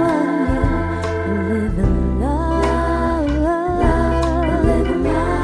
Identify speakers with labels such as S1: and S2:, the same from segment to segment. S1: one you live in love, live in love.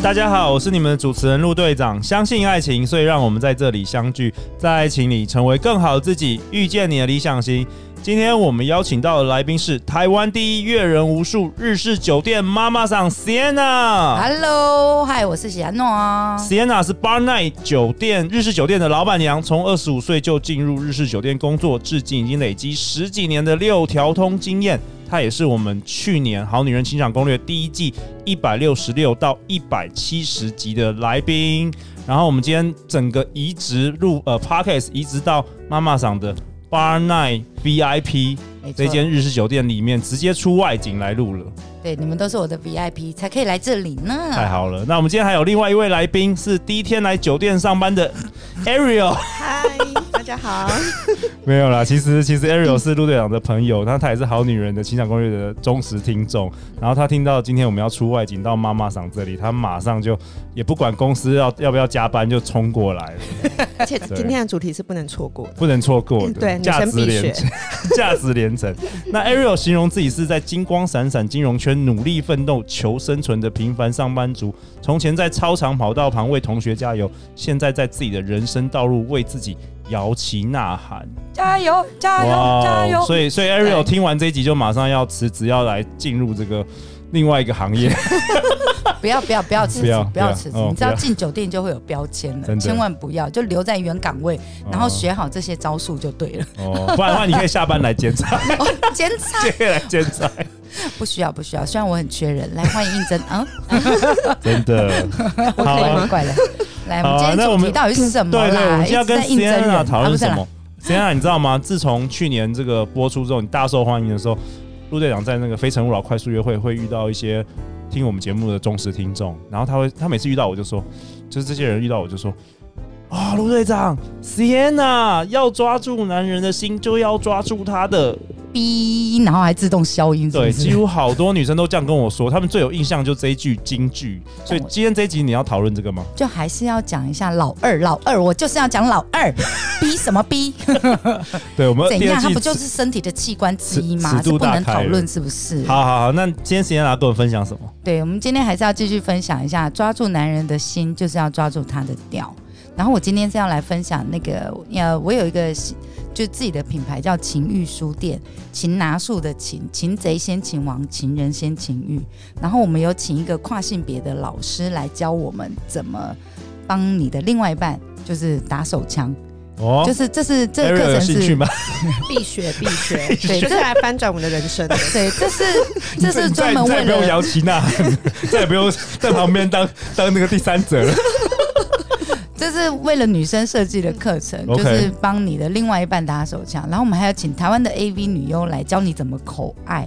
S2: 大家好，我是你们的主持人陆队长。相信爱情，所以让我们在这里相聚，在爱情里成为更好的自己，遇见你的理想型。今天我们邀请到的来宾是台湾第一阅人无数日式酒店妈妈桑 Sienna。
S3: Hello，嗨，我是喜安诺啊。
S2: Sienna 是 Bar Night 酒店日式酒店的老板娘，从二十五岁就进入日式酒店工作，至今已经累积十几年的六条通经验。她也是我们去年《好女人情场攻略》第一季一百六十六到一百七十集的来宾。然后我们今天整个移植入呃 Podcast 移植到妈妈桑的 Bar Night VIP
S3: 没错
S2: 这间日式酒店里面，直接出外景来录了。
S3: 对，你们都是我的 VIP，才可以来这里呢。
S2: 太好了，那我们今天还有另外一位来宾是第一天来酒店上班的 Ariel，
S4: 嗨，大家 好。
S2: 没有啦，其实其实 Ariel 是陆队长的朋友，然后她也是好女人的情场攻略的忠实听众，然后她听到今天我们要出外景到妈妈桑这里，她马上就也不管公司要要不要加班就冲过来 了，
S4: 而且
S2: 对
S4: 今天的主题是不能错过的，
S2: 不能错过的，
S4: 对女
S2: 价
S4: 生
S2: 值
S4: 必
S2: 连
S4: 选
S2: 城， 价值连城。那 Ariel 形容自己是在金光闪闪金融圈努力奋斗求生存的平凡上班族，从前在操场跑道旁为同学加油，现在在自己的人生道路为自己摇旗呐喊。
S3: 加油，加
S2: 哇
S3: 油，
S2: 哦
S3: 加油！
S2: 所以，所以 Ariel
S3: 对
S2: 听完这一集就马上要辞职，要来进入这个另外一个行业。
S3: 不要，不要，不要辞
S2: 不要
S3: 职，不
S2: 不
S3: 要
S2: 要
S3: 辞职
S2: 哦。
S3: 你知道
S2: 不要
S3: 进酒店就会有标签
S2: 真
S3: 了，
S2: 的
S3: 千万不要，就留在原岗位， 然后学好这些招数 就对了。
S2: 哦，不然的话你可以下班来兼差，
S3: 哦检查
S2: 可以 来兼差，
S3: 不需要，不需要。虽然我很缺人，来欢迎应 征啊，
S2: 真的。
S3: 我
S2: 好
S3: 可以
S2: 啊
S3: 吗？快来，来，我
S2: 好啊
S3: 们今
S2: 那我
S3: 天主
S2: 们
S3: 题到底是什么
S2: 对
S3: 嗯啦？
S2: 对，我们今天要跟
S3: 一直在应征
S2: Sienna
S3: 人
S2: 讨
S3: 啊
S2: 论
S3: 不是
S2: 什
S3: 啦
S2: 么？Sienna，你知道吗？自从去年这个播出之后，你大受欢迎的时候，陆队长在那个《非诚勿扰》快速约会会遇到一些听我们节目的忠实听众，然后他会，他每次遇到我就说，就是这些人遇到我就说。啊，陆队长，Sienna 要抓住男人的心，就要抓住他的。
S3: 哔，然后还自动消音，是不
S2: 对，
S3: 是
S2: 几乎好多女生都这样跟我说，她们最有印象就这一句金句。所以今天这一集你要讨论这个吗？
S3: 就还是要讲一下老二，老二，我就是要讲老二，逼什么逼？
S2: 对，我们
S3: 怎
S2: 第二
S3: 样？它
S2: 季
S3: 不就是身体的器官之一
S2: 尺
S3: 吗？
S2: 尺
S3: 这
S2: 度
S3: 不
S2: 大
S3: 能
S2: 开了
S3: 讨论是不是？
S2: 好好好，那今天 Sienna 跟我们分享什么？
S3: 对，我们今天还是要继续分享一下，抓住男人的心就是要抓住他的调。然后我今天是要来分享那个，呃，我有一个就自己的品牌叫情欲书店，擒拿术的擒，擒贼先擒王，擒人先擒欲。然后我们有请一个跨性别的老师来教我们怎么帮你的另外一半，就是打手枪，
S2: 哦
S3: 就是这是这
S2: Ariel
S3: 个课
S2: 有
S3: 程
S2: 兴趣
S3: 是
S2: 吗？
S4: 必学必学，
S3: 对
S4: 就是
S3: 这
S4: 来翻转我们的人生的。
S3: 对，这是 这是
S2: 你再
S3: 专门
S2: 你再
S3: 为
S2: 也不用
S3: 了
S2: 摇旗呐 喊，再也不用在旁边当当那个第三者了。
S3: 这是为了女生设计的课程，
S2: OK
S3: 就是帮你的另外一半打手枪。然后我们还要请台湾的 AV 女优来教你怎么口爱，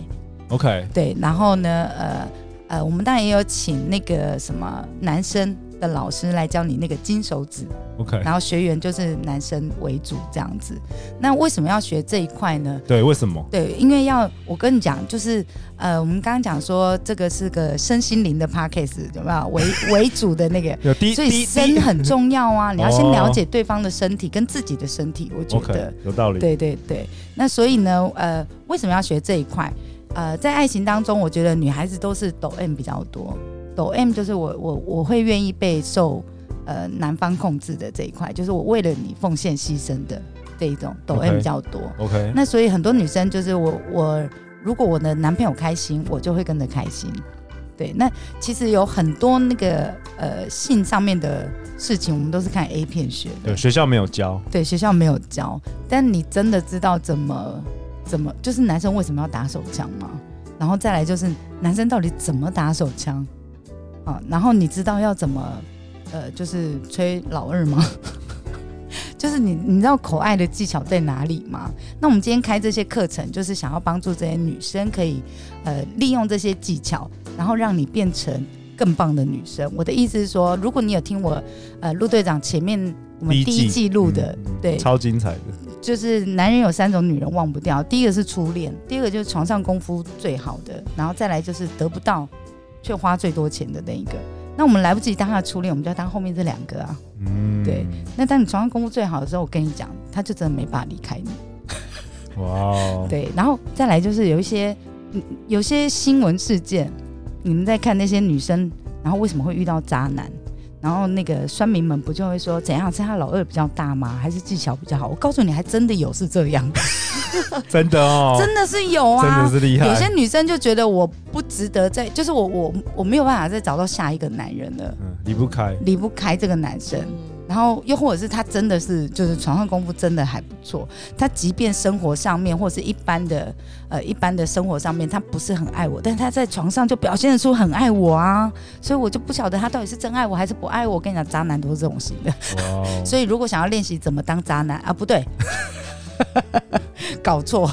S2: OK，
S3: 对。然后呢，呃呃，我们当然也有请那个什么男生的老师来教你那个金手指，
S2: OK，
S3: 然后学员就是男生为主这样子。那为什么要学这一块呢？
S2: 对，为什么？
S3: 对，因为要我跟你讲，就是呃，我们刚刚讲说这个是个身心灵的 podcast，有没有为 为主的那个？
S2: 有第
S3: 所
S2: 第第
S3: 以身很重 要啊，你要先
S2: 哦
S3: 了解对方的身体跟自己的身体，我觉
S2: OK，
S3: 得，
S2: 有道理。
S3: 对对对。那所以呢，呃，为什么要学这一块？呃，在爱情当中，我觉得女孩子都是抖 M 比较多，抖 M 就是我我我会愿意被受呃男方控制的这一块，就是我为了你奉献牺牲的这一种抖
S2: OK
S3: M 比较多。
S2: OK，
S3: 那所以很多女生就是我我如果我的男朋友开心，我就会跟着开心。对，那其实有很多那个呃性上面的事情，我们都是看 A 片学的
S2: 对，。学校没有教，
S3: 对，学校没有教，但你真的知道怎么怎么，就是男生为什么要打手枪吗？然后再来就是男生到底怎么打手枪啊？然后你知道要怎么呃，就是吹老二吗？ 就是你你知道口爱的技巧在哪里吗？那我们今天开这些课程，就是想要帮助这些女生可以呃利用这些技巧，然后让你变成。更棒的女生，我的意思是说，如果你有听我，呃，陆队长前面我们
S2: 第一
S3: 第一
S2: 季
S3: 季录的，
S2: 嗯
S3: 对，
S2: 超精彩的。
S3: 就是男人有三种女人忘不掉，第一个是初恋，第二个就是床上功夫最好的，然后再来就是得不到却花最多钱的那一个。那我们来不及当他的初恋，我们就要当后面这两个啊。
S2: 嗯，
S3: 对，那当你床上功夫最好的时候，我跟你讲，他就真的没办法离开你。
S2: 哇哦，
S3: 对，然后再来就是有一些嗯有些新闻事件，你们在看那些女生，然后为什么会遇到渣男？然后那个酸民们不就会说怎样是他老二比较大吗？还是技巧比较好？我告诉你，还真的有是这样，
S2: 真的哦，
S3: 真的是有
S2: 真
S3: 啊
S2: 的。是厉害。
S3: 有些女生就觉得我不值得再，就是我我我没有办法再找到下一个男人了，
S2: 嗯离不开，
S3: 离不开这个男生。然后又或者是他真的是就是床上功夫真的还不错，他即便生活上面或是一般的呃一般的生活上面他不是很爱我，但是他在床上就表现得出很爱我啊，所以我就不晓得他到底是真爱我还是不爱我。我跟你讲，渣男都是这种型的，
S2: 哇哦，
S3: 所以如果想要练习怎么当渣男啊，不对， 搞错，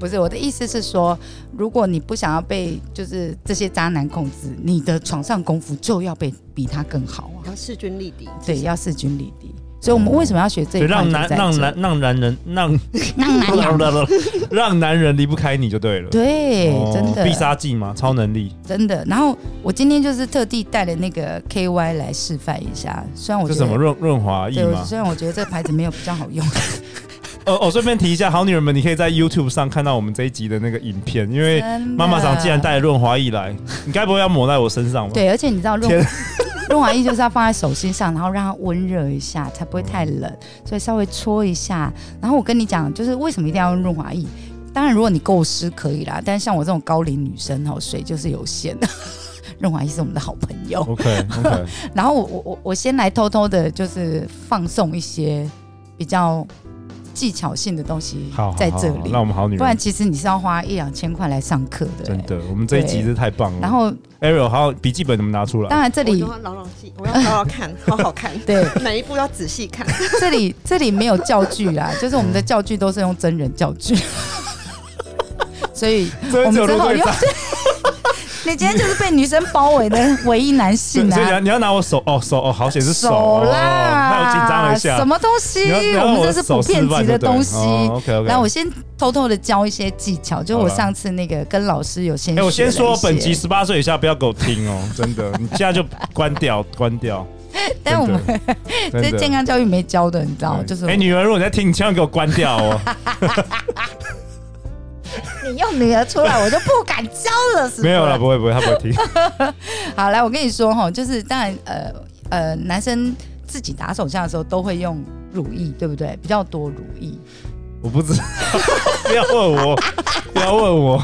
S3: 不是我的意思是说，如果你不想要被就是这些渣男控制，你的床上功夫就要被比他更好啊，
S4: 然后势均力敌，
S3: 对，要势均力敌。所以我们为什么要学这一
S2: 对
S3: 块？
S2: 让
S3: 就
S2: 男
S3: 在
S2: 让
S3: 这
S2: 男让男人让
S3: 让 男人
S2: 让男人离不开你就对了。
S3: 对，
S2: 哦
S3: 真
S2: 必
S3: 的
S2: 杀技嘛，超能力，
S3: 真的。然后我今天就是特地带了那个 KY 来示范一下，虽然我
S2: 这
S3: 觉
S2: 什么
S3: 得。
S2: 润润滑液
S3: 哦对，
S2: 吗？
S3: 虽然我觉得这个牌子没有比较 好用，
S2: 哦哦，顺便提一下，好女人们，你可以在 YouTube 上看到我们这一集的那个影片，因为
S3: 真的
S2: 妈妈桑既然带了润滑液来，你该不会要抹在我身上吧？
S3: 对，而且你知道润
S2: 天
S3: 润滑液就是要放在手心上，然后让它温热一下，才不会太 冷，所以稍微搓一下。然后我跟你讲，就是为什么一定要用润滑液？当然，如果你够湿可以啦，但是像我这种高龄女生哦，水就是有限 的。润滑液是我们的好朋友。
S2: ，OK OK，
S3: 然后我我我我先来偷偷的，就是放送一些比较技巧性的东西
S2: 好，好
S3: 在这
S2: 好好
S3: 里，
S2: 那我们好女
S3: 不然
S2: 人
S3: 其实你是要花一两千块来上课的、欸
S2: 真的，我们这一集真的太棒了。
S3: 然后
S2: Ariel，还有笔记本能不能拿出
S3: 当
S2: 来？
S3: 然这
S4: 我
S3: 里
S4: 要牢牢记，我要牢牢 看，好好看，
S3: 对。
S4: 每一步要仔细 看。
S3: 这里这里没有教具啦，就是我们
S2: 嗯
S3: 的教具都是用真人教具， 所以
S2: 这
S3: 我
S2: 边只有
S3: 们只
S2: 陆
S3: 好
S2: 队
S3: 用
S2: 长，。
S3: 你今天就是被女生包围的唯一男
S2: 对
S3: 性
S2: 所以你要
S3: 啊！
S2: 你要拿我手哦手哦，好险是
S3: 手啦，
S2: 哦那我紧张了一下。
S3: 什么东西
S2: 你要你？要
S3: 我
S2: 让
S3: 们
S2: 我
S3: 这是普
S2: 手示
S3: 遍
S2: 范
S3: 级
S2: 就
S3: 的
S2: 对
S3: 东西。
S2: 哦、OK OK。
S3: 来，我先偷偷的教一些技巧，就是我
S2: 好啦
S3: 上次那个跟老师有先
S2: 哎、
S3: 学了一些。
S2: 我先说，本集十八岁以下不要给我听哦，真的，你现在就关掉，关掉。
S3: 但我们
S2: 真
S3: 这
S2: 的
S3: 健康教育没教的，你知道吗，
S2: 对
S3: 就是
S2: 哎、女儿，如果你在听，你千万给我关掉 哦。
S3: 你用女儿出来，我就不敢教了，是吧
S2: 没有了，不会不会，他不会 听。
S3: 好，来，我跟你说哈，就是当然，呃呃，男生自己打手枪的时候都会用乳液，对不对？比较多乳液，
S2: 我不知道，不要问我，不要问我，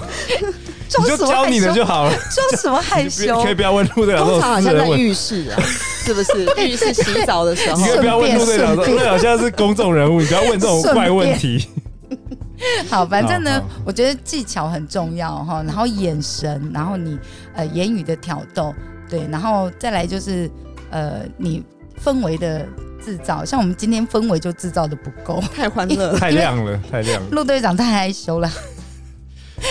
S3: 装
S2: 你就
S3: 什么
S2: 教
S3: 害
S2: 你的
S3: 羞
S2: 就？好了。
S3: 装什么害
S2: 你不要
S3: 羞
S2: 可？以不要问陆队长这种
S4: 通常好
S2: 私
S4: 像在
S2: 人问题。
S4: 浴室啊，是 不是？浴室洗澡的时候
S2: 你可以不要问陆队长，
S3: 顺
S2: 陆
S3: 便
S2: 队长现在是公众人物，你不要问这种怪问题。
S3: 好，反正呢
S2: 好，
S3: 我觉得技巧很重要哈，然后眼神，然后你呃言语的挑逗，对，然后再来就是呃你氛围的制造，像我们今天氛围就制造的不够，
S4: 太欢乐了，
S2: 太亮了，太亮了。
S3: 陆队长太害羞了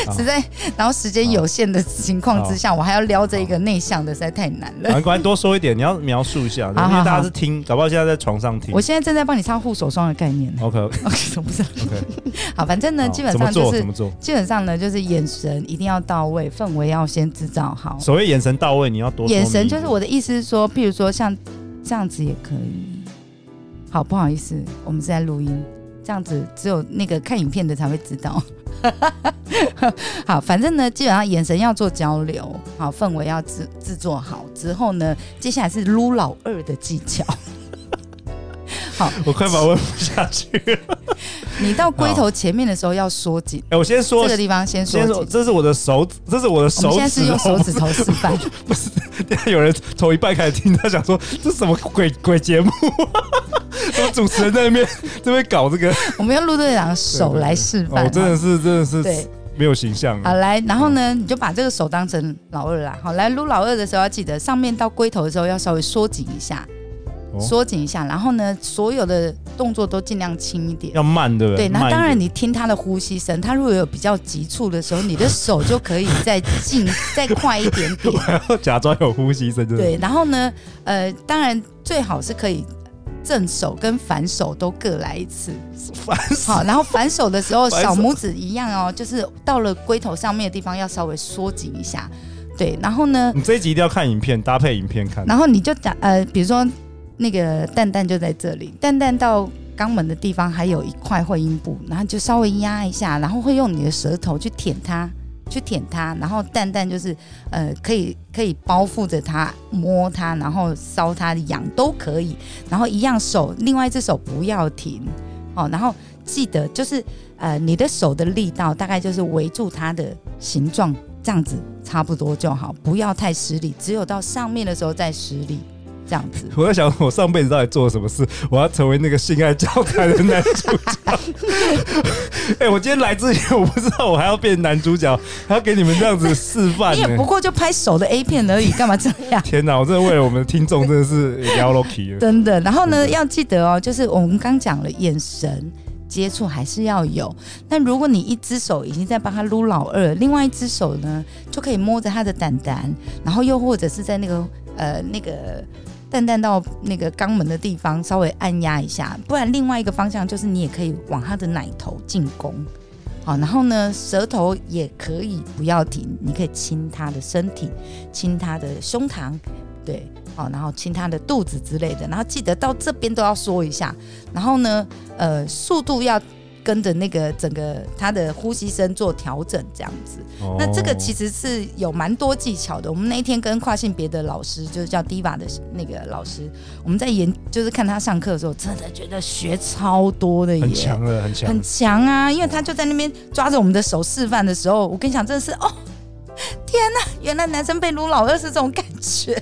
S2: 好。
S3: 实在，然后时间有限的情况
S2: 啊
S3: 之下，我还要撩这一个内向的，实在太难了。
S2: 反正多说一点，你要描述一下，因为
S3: 好好
S2: 大家是听，搞不好现在在床上听
S3: 我。现在正在帮你唱护手霜的概念。
S2: OK OK，
S3: OK，怎么不是？ 好，反正呢，基本
S2: 哦怎么
S3: 上
S2: 做
S3: 就
S2: 怎
S3: 是
S2: 么做？
S3: 基本上呢，就是眼神一定要到位，氛围要先制造好。
S2: 所谓眼神到位，你要多说明
S3: 眼神就是我的意思是说，譬如说像这样子也可以。好，不好意思，我们是在录音，这样子只有那个看影片的才会知道。 好，反正呢，基本上眼神要做交流，好，氛围要制制作好之后呢，接下来是撸老二的技巧。
S2: 我快把我问不下去了。
S3: 你到龟头前面的时候要缩紧，
S2: 哎，我先说
S3: 这个，地方先缩
S2: 先说，
S3: 紧。
S2: 这是我的手，这是我的
S3: 我们
S2: 手
S3: 现在是
S2: 指
S3: 用
S2: 哦，
S3: 手指头示 范，
S2: 有人从一半开始听，他想说这是什么鬼鬼节目？ 怎么主持人在那边这边搞这个？
S3: 我们用陆队长的手来示
S2: 哦
S3: 范，。啊
S2: 真的是嗯真的
S3: 对
S2: 是没有形象啊
S3: 好
S2: 了。
S3: 来，然后呢，你就把这个手当成老二啦。好，来撸老二的时候要记得，上面到龟头的时候要稍微缩紧一下，
S2: 哦
S3: 缩紧一下。然后呢，所有的动作都尽量轻一点。
S2: 要慢，对不对？
S3: 对，那
S2: 慢一
S3: 当然
S2: 点
S3: 你听他的呼吸声，他如果有比较急促的时候，你的手就可以再进再快一点 点。
S2: 要假装有呼吸声，真的。
S3: 对，然后呢，呃，当然最好是可以正手跟反手都各来一次。
S2: 烦死
S3: 好，然后反手的时 候，
S2: 反手
S3: 小拇指一样哦，就是到了龟头上面的地方要稍微缩紧一下。对，然后呢，
S2: 你这一集一定要看影片，搭配影片看。
S3: 然后你就打呃，比如说那个蛋蛋就在这里，蛋蛋到肛门的地方还有一块会阴部，然后就稍微压一下，然后会用你的舌头去舔它，去舔它，然后蛋蛋就是呃可以可以包覆着它，摸它，然后搔它、痒都可以，然后一样手，另外一只手不要停，哦，然后记得就是呃你的手的力道大概就是围住它的形状这样子差不多就好，不要太失礼，只有到上面的时候再失礼，这样子。
S2: 我在想，我上辈子到底做了什么事？我要成为那个性爱教材的男主角。 哎、我今天来之前，我不知道我还要变男主角，还要给你们这样子示范
S3: 你
S2: 呢、？
S3: 也不过就拍手的 A 片而已，干嘛这样
S2: 天哪！我真的为了我们的听众，真的是聊 lucky 了。
S3: 真的。然后呢，
S2: 真的
S3: 要记得哦，就是我们刚讲了，眼神接触还是要有。但如果你一只手已经在帮他撸老二，另外一只手呢，就可以摸着他的蛋蛋，然后又或者是在那个呃那个。蛋蛋到那个肛门的地方稍微按压一下，不然另外一个方向就是你也可以往他的奶头进攻，好，然后呢，舌头也可以不要停，你可以亲他的身体，亲他的胸膛，对，好，哦然后亲他的肚子之类的，然后记得到这边都要说一下，然后呢，呃，速度要跟着那个整个他的呼吸声做调整，这样子。
S2: 哦
S3: 那这个其
S2: 实
S3: 实是有蛮多技巧的。我们那一天跟跨性别的老师，就是叫 Diva 的那个老师，我们在研，就是看他上课的时候，真的觉得学超多的耶，
S2: 很强了，很强
S3: 很。强啊！因为他就在那边抓着我们的手示范的时候，我跟你讲，真的是哦，天哪！原来男生被撸老二是这种感觉，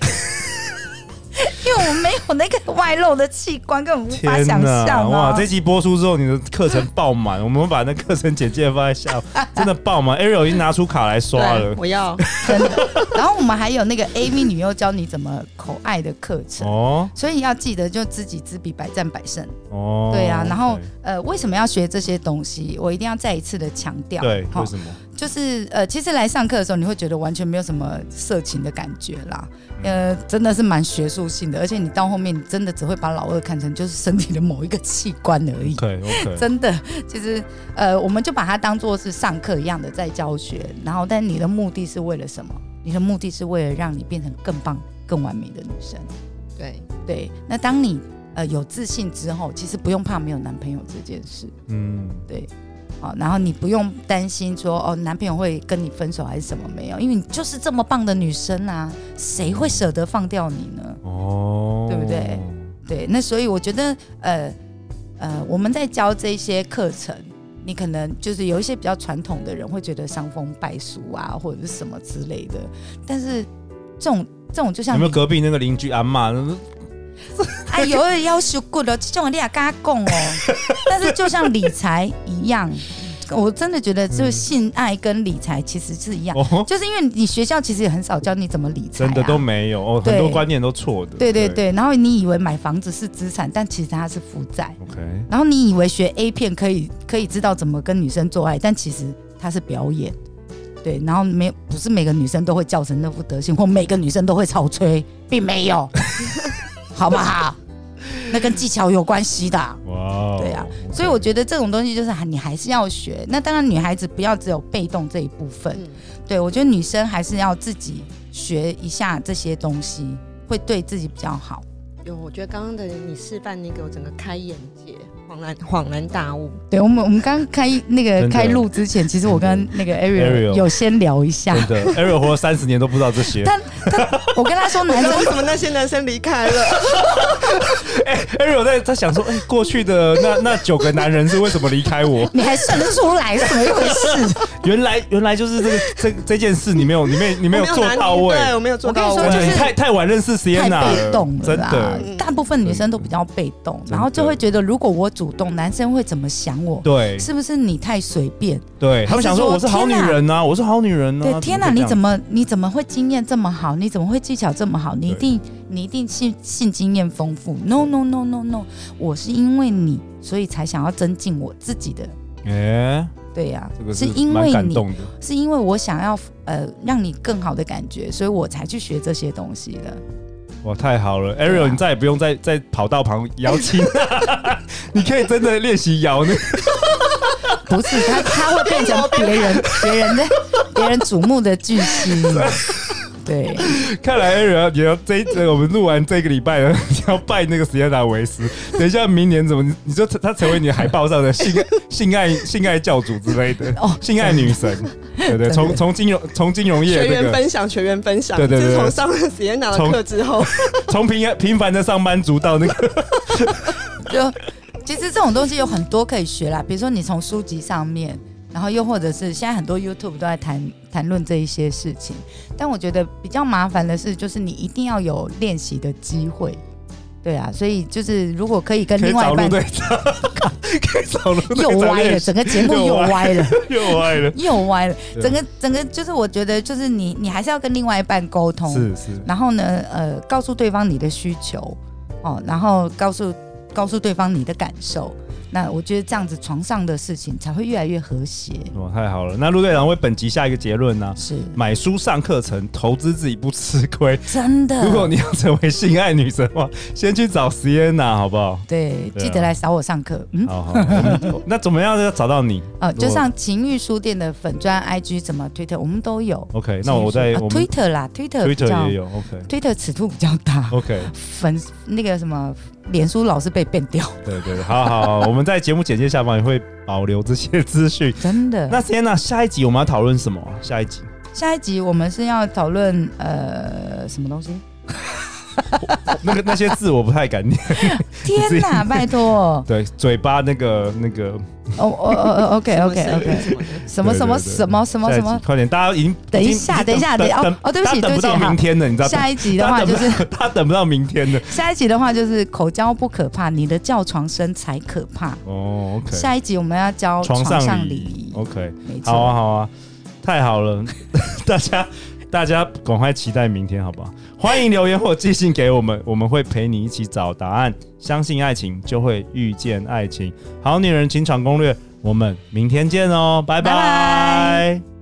S3: 因为我们没有那个外露的器官，根本无法
S2: 天
S3: 想象啊！
S2: 哇，这集播出之后，你的课程爆满，我们把那课程简介放在下，真的爆满。Ariel 已经拿出卡来刷了
S4: 对，。我要
S3: 真的。然后我们还有那个 AV 女优教你怎么口爱的课程。
S2: 哦
S3: 所以要记得，就知己知彼，百战百胜。
S2: 哦，
S3: 对啊，然后
S2: OK
S3: 呃，为什么要学这些东西？我一定要再一次的强调。
S2: 对，
S3: 好
S2: 为什么？
S3: 就是呃，其实来上课的时候，你会觉得完全没有什么色情的感觉啦，呃，真的是蛮学术性的，而且你到后面，你真的只会把老二看成就是身体的某一个器官而已。
S2: OK OK，
S3: 真的，其实呃，我们就把它当做是上课一样的在教学，然后，但你的目的是为了什么？你的目的是为了让你变成更棒、更完美的女生。
S4: 对
S3: 对，那当你呃有自信之后，其实不用怕没有男朋友这件事。
S2: 嗯，
S3: 好，哦然后你不用担心说哦，男朋友会跟你分手还是什么没有，因为你就是这么棒的女生啊，谁会舍得放掉你呢？
S2: 哦，
S3: 对不对？对，那所以我觉得，呃呃，我们在教这些课程，你可能就是有一些比较传统的人会觉得伤风败俗啊，或者是什么之类的，但是这种这种就像
S2: 有没有
S3: 你
S2: 隔壁那个邻居阿妈？
S3: 哎呦，要求 good 哦，这种你也跟他讲哦。 但是就像理财一样，我真的觉得就是
S2: 嗯
S3: 性爱跟理财其实是一样，
S2: 哦，
S3: 就是因为你学校其实也很少教你怎么理财、啊，
S2: 真的都没有哦，
S3: 对
S2: 很多观念都错的。
S3: 对对对，然后你以为买房子是资产，但其实它是负债。
S2: ，OK，
S3: 然后你以为学 A 片可以可以知道怎么跟女生做爱，但其实它是表演。对，然后没有不是每个女生都会叫成那副德行，或每个女生都会草吹，并没 有，好不好？那跟技巧有关系的。
S2: 哇哦，
S3: 对啊所以我觉得这种东西就是还你还是要学。那当然，女孩子不要只有被动这一部分。
S4: 嗯
S3: 对我觉得女生还是要自己学一下这些东西，会对自己比较好。
S4: 有，我觉得刚刚的你示范，你给我整个开眼界，恍然恍然大悟。
S3: 对我们，我们刚开那个
S2: 真的嗯
S3: 开录之前，其实我跟那个
S2: Ariel
S3: Ariel 有先聊一下，
S2: 真的，Ariel 活了三十年都不知道这些。
S3: 但我跟他说男
S4: 那
S3: 生
S4: 为什么那些男生离开了？
S2: Ariel 在在想说，哎、过去的那那九个男人是为什么离开我？
S3: 你还算得出来是怎么一回事？
S2: 原来原来就是这个这这件事，你没有你没你没有
S4: 我
S2: 做
S4: 拿捏
S2: 到位。
S4: 对我没有做
S3: 我跟你
S4: 到
S3: 说
S4: 位。
S2: 真的
S3: 就是
S2: 你太太晚认识 Sienna
S3: 太
S2: 了，
S3: 被动了
S2: 真
S3: 啦
S2: 的。，嗯
S3: 大部分女生都比较被动，
S2: 真的
S3: 然后就会觉得如果我主动，男生会怎么想我？
S2: 对
S3: 是不是你太随便？
S2: 对，他们想说我是好女人呐、我是好女人呐、啊
S3: 对，天哪，
S2: 会这
S3: 你
S2: 样
S3: 怎么你怎么会经验这么好？你怎么会技巧这么好？你一
S2: 对
S3: 定你一定性性经验丰富？No No No No No，我是因为你，所以才想要增进我自己的。
S2: 哎、
S3: 对呀、
S2: 这个是
S3: 是因
S2: 蛮
S3: 为
S2: 感
S3: 你
S2: 动的。
S3: 是因为我想要呃让你更好的感觉，所以我才去学这些东西的。
S2: 哇，太好了
S3: 对
S2: ，Ariel，
S3: 啊
S2: 你再也不用再再跑道旁摇 琴，你可以真的练习摇那个。
S3: 不是他，他会变成别 人别人的别人瞩目的巨星。对，
S2: 看来 Ariel 你要这一这我们录完这个礼拜呢，你要拜那个 Sienna 为师。等一下明年怎么你你说他他成为你海报上的 性爱性爱性爱教主之类的，
S3: 哦
S2: 性爱女神，对对，
S3: 的
S2: 从从金融从金融业
S4: 学
S2: 这
S4: 员
S2: 个
S4: 分享，学员分享。
S2: 对对对
S4: 自从
S2: 对
S4: 上了实验拿
S2: 从
S4: 的课之后，
S2: 从平安平凡的上班族到那个
S3: 就其实这种东西有很多可以学啦，比如说你从书籍上面，然后又或者是现在很多 YouTube 都在谈谈论这一些事情。但我觉得比较麻烦的是，就是你一定要有练习的机会。对啊，所以就是如果可以跟
S2: 可以
S3: 另外
S2: 找
S3: 一
S2: 陆
S3: 半
S2: 队长， 可以找陆队
S3: 又
S2: 长
S3: 歪了，
S2: 练习
S3: 整个节目 又
S2: 又
S3: 歪了。
S2: 又歪了，
S3: 又歪了，
S2: 对啊
S3: 整个整个就是我觉得就是你你还是要跟另外一半沟通，
S2: 是是，
S3: 然后呢，呃，告诉对方你的需求，哦，然后告诉告诉对方你的感受。那我觉得这样子床上的事情才会越来越和谐。
S2: 哇，哦太好了。那陆队长为本集下一个结论呢、
S3: 是
S2: 买书上课程，投资自己不吃亏。
S3: 真的。
S2: 如果你要成为性爱女神的话，先去找 Sienna 好不好？
S3: 对，
S2: 对啊
S3: 记得来找我上课。嗯，
S2: 好好，我们 那怎么样要找到你
S3: 呃，
S2: 如
S3: 就
S2: 果
S3: 上情欲书店的粉专、IG 怎么 Twitter，我们都有。
S2: ？OK，那我在
S3: 啊
S2: 我们
S3: Twitter 啦，Twitter 比
S2: Twitter
S3: 较
S2: 也有哦 OK。
S3: Twitter 尺度比较大，
S2: OK，
S3: 粉那个什么脸书老是被变掉，
S2: 对对对，好好好，我们在节目简介下方也会保留这些资 讯。
S3: 真的。
S2: 那 Sienna，下一集我们要讨论什么啊？下一集
S3: 下一集我们是要讨论呃什么东西？
S2: 那个那些字我不太敢念，
S3: 天哪，拜托！
S2: 对，嘴巴那个那个
S3: 哦哦哦哦，OK OK OK，什么什么
S2: 对对对
S3: 什么什么
S2: 下一
S3: 什
S2: 集
S3: 么？
S2: 快点，大家已经
S3: 等一
S2: 已经
S3: 下
S2: 已经
S3: 等一下
S2: 等
S3: 等一下
S2: 等
S3: 哦哦对不起
S2: 大家等不
S3: 对不
S2: 到
S3: 起
S2: 明天的，你知道
S3: 下一集的
S2: 他
S3: 话
S2: 等不
S3: 就是
S2: 到他等不到明天的
S3: 下一集的话就是口交不可怕，你的叫床声才可怕。
S2: 哦。OK，
S3: 下一集我们要教
S2: 床
S3: 上
S2: 上
S3: 礼
S2: 礼仪，OK，
S3: 没
S2: 好啊
S3: 错。
S2: 好啊，太好 了，大家大家赶快期待明天好不好？欢迎留言或寄信给我们，我们会陪你一起找答案。相信爱情，就会遇见爱情。好女人情场攻略，我们明天见哦，拜
S3: 拜拜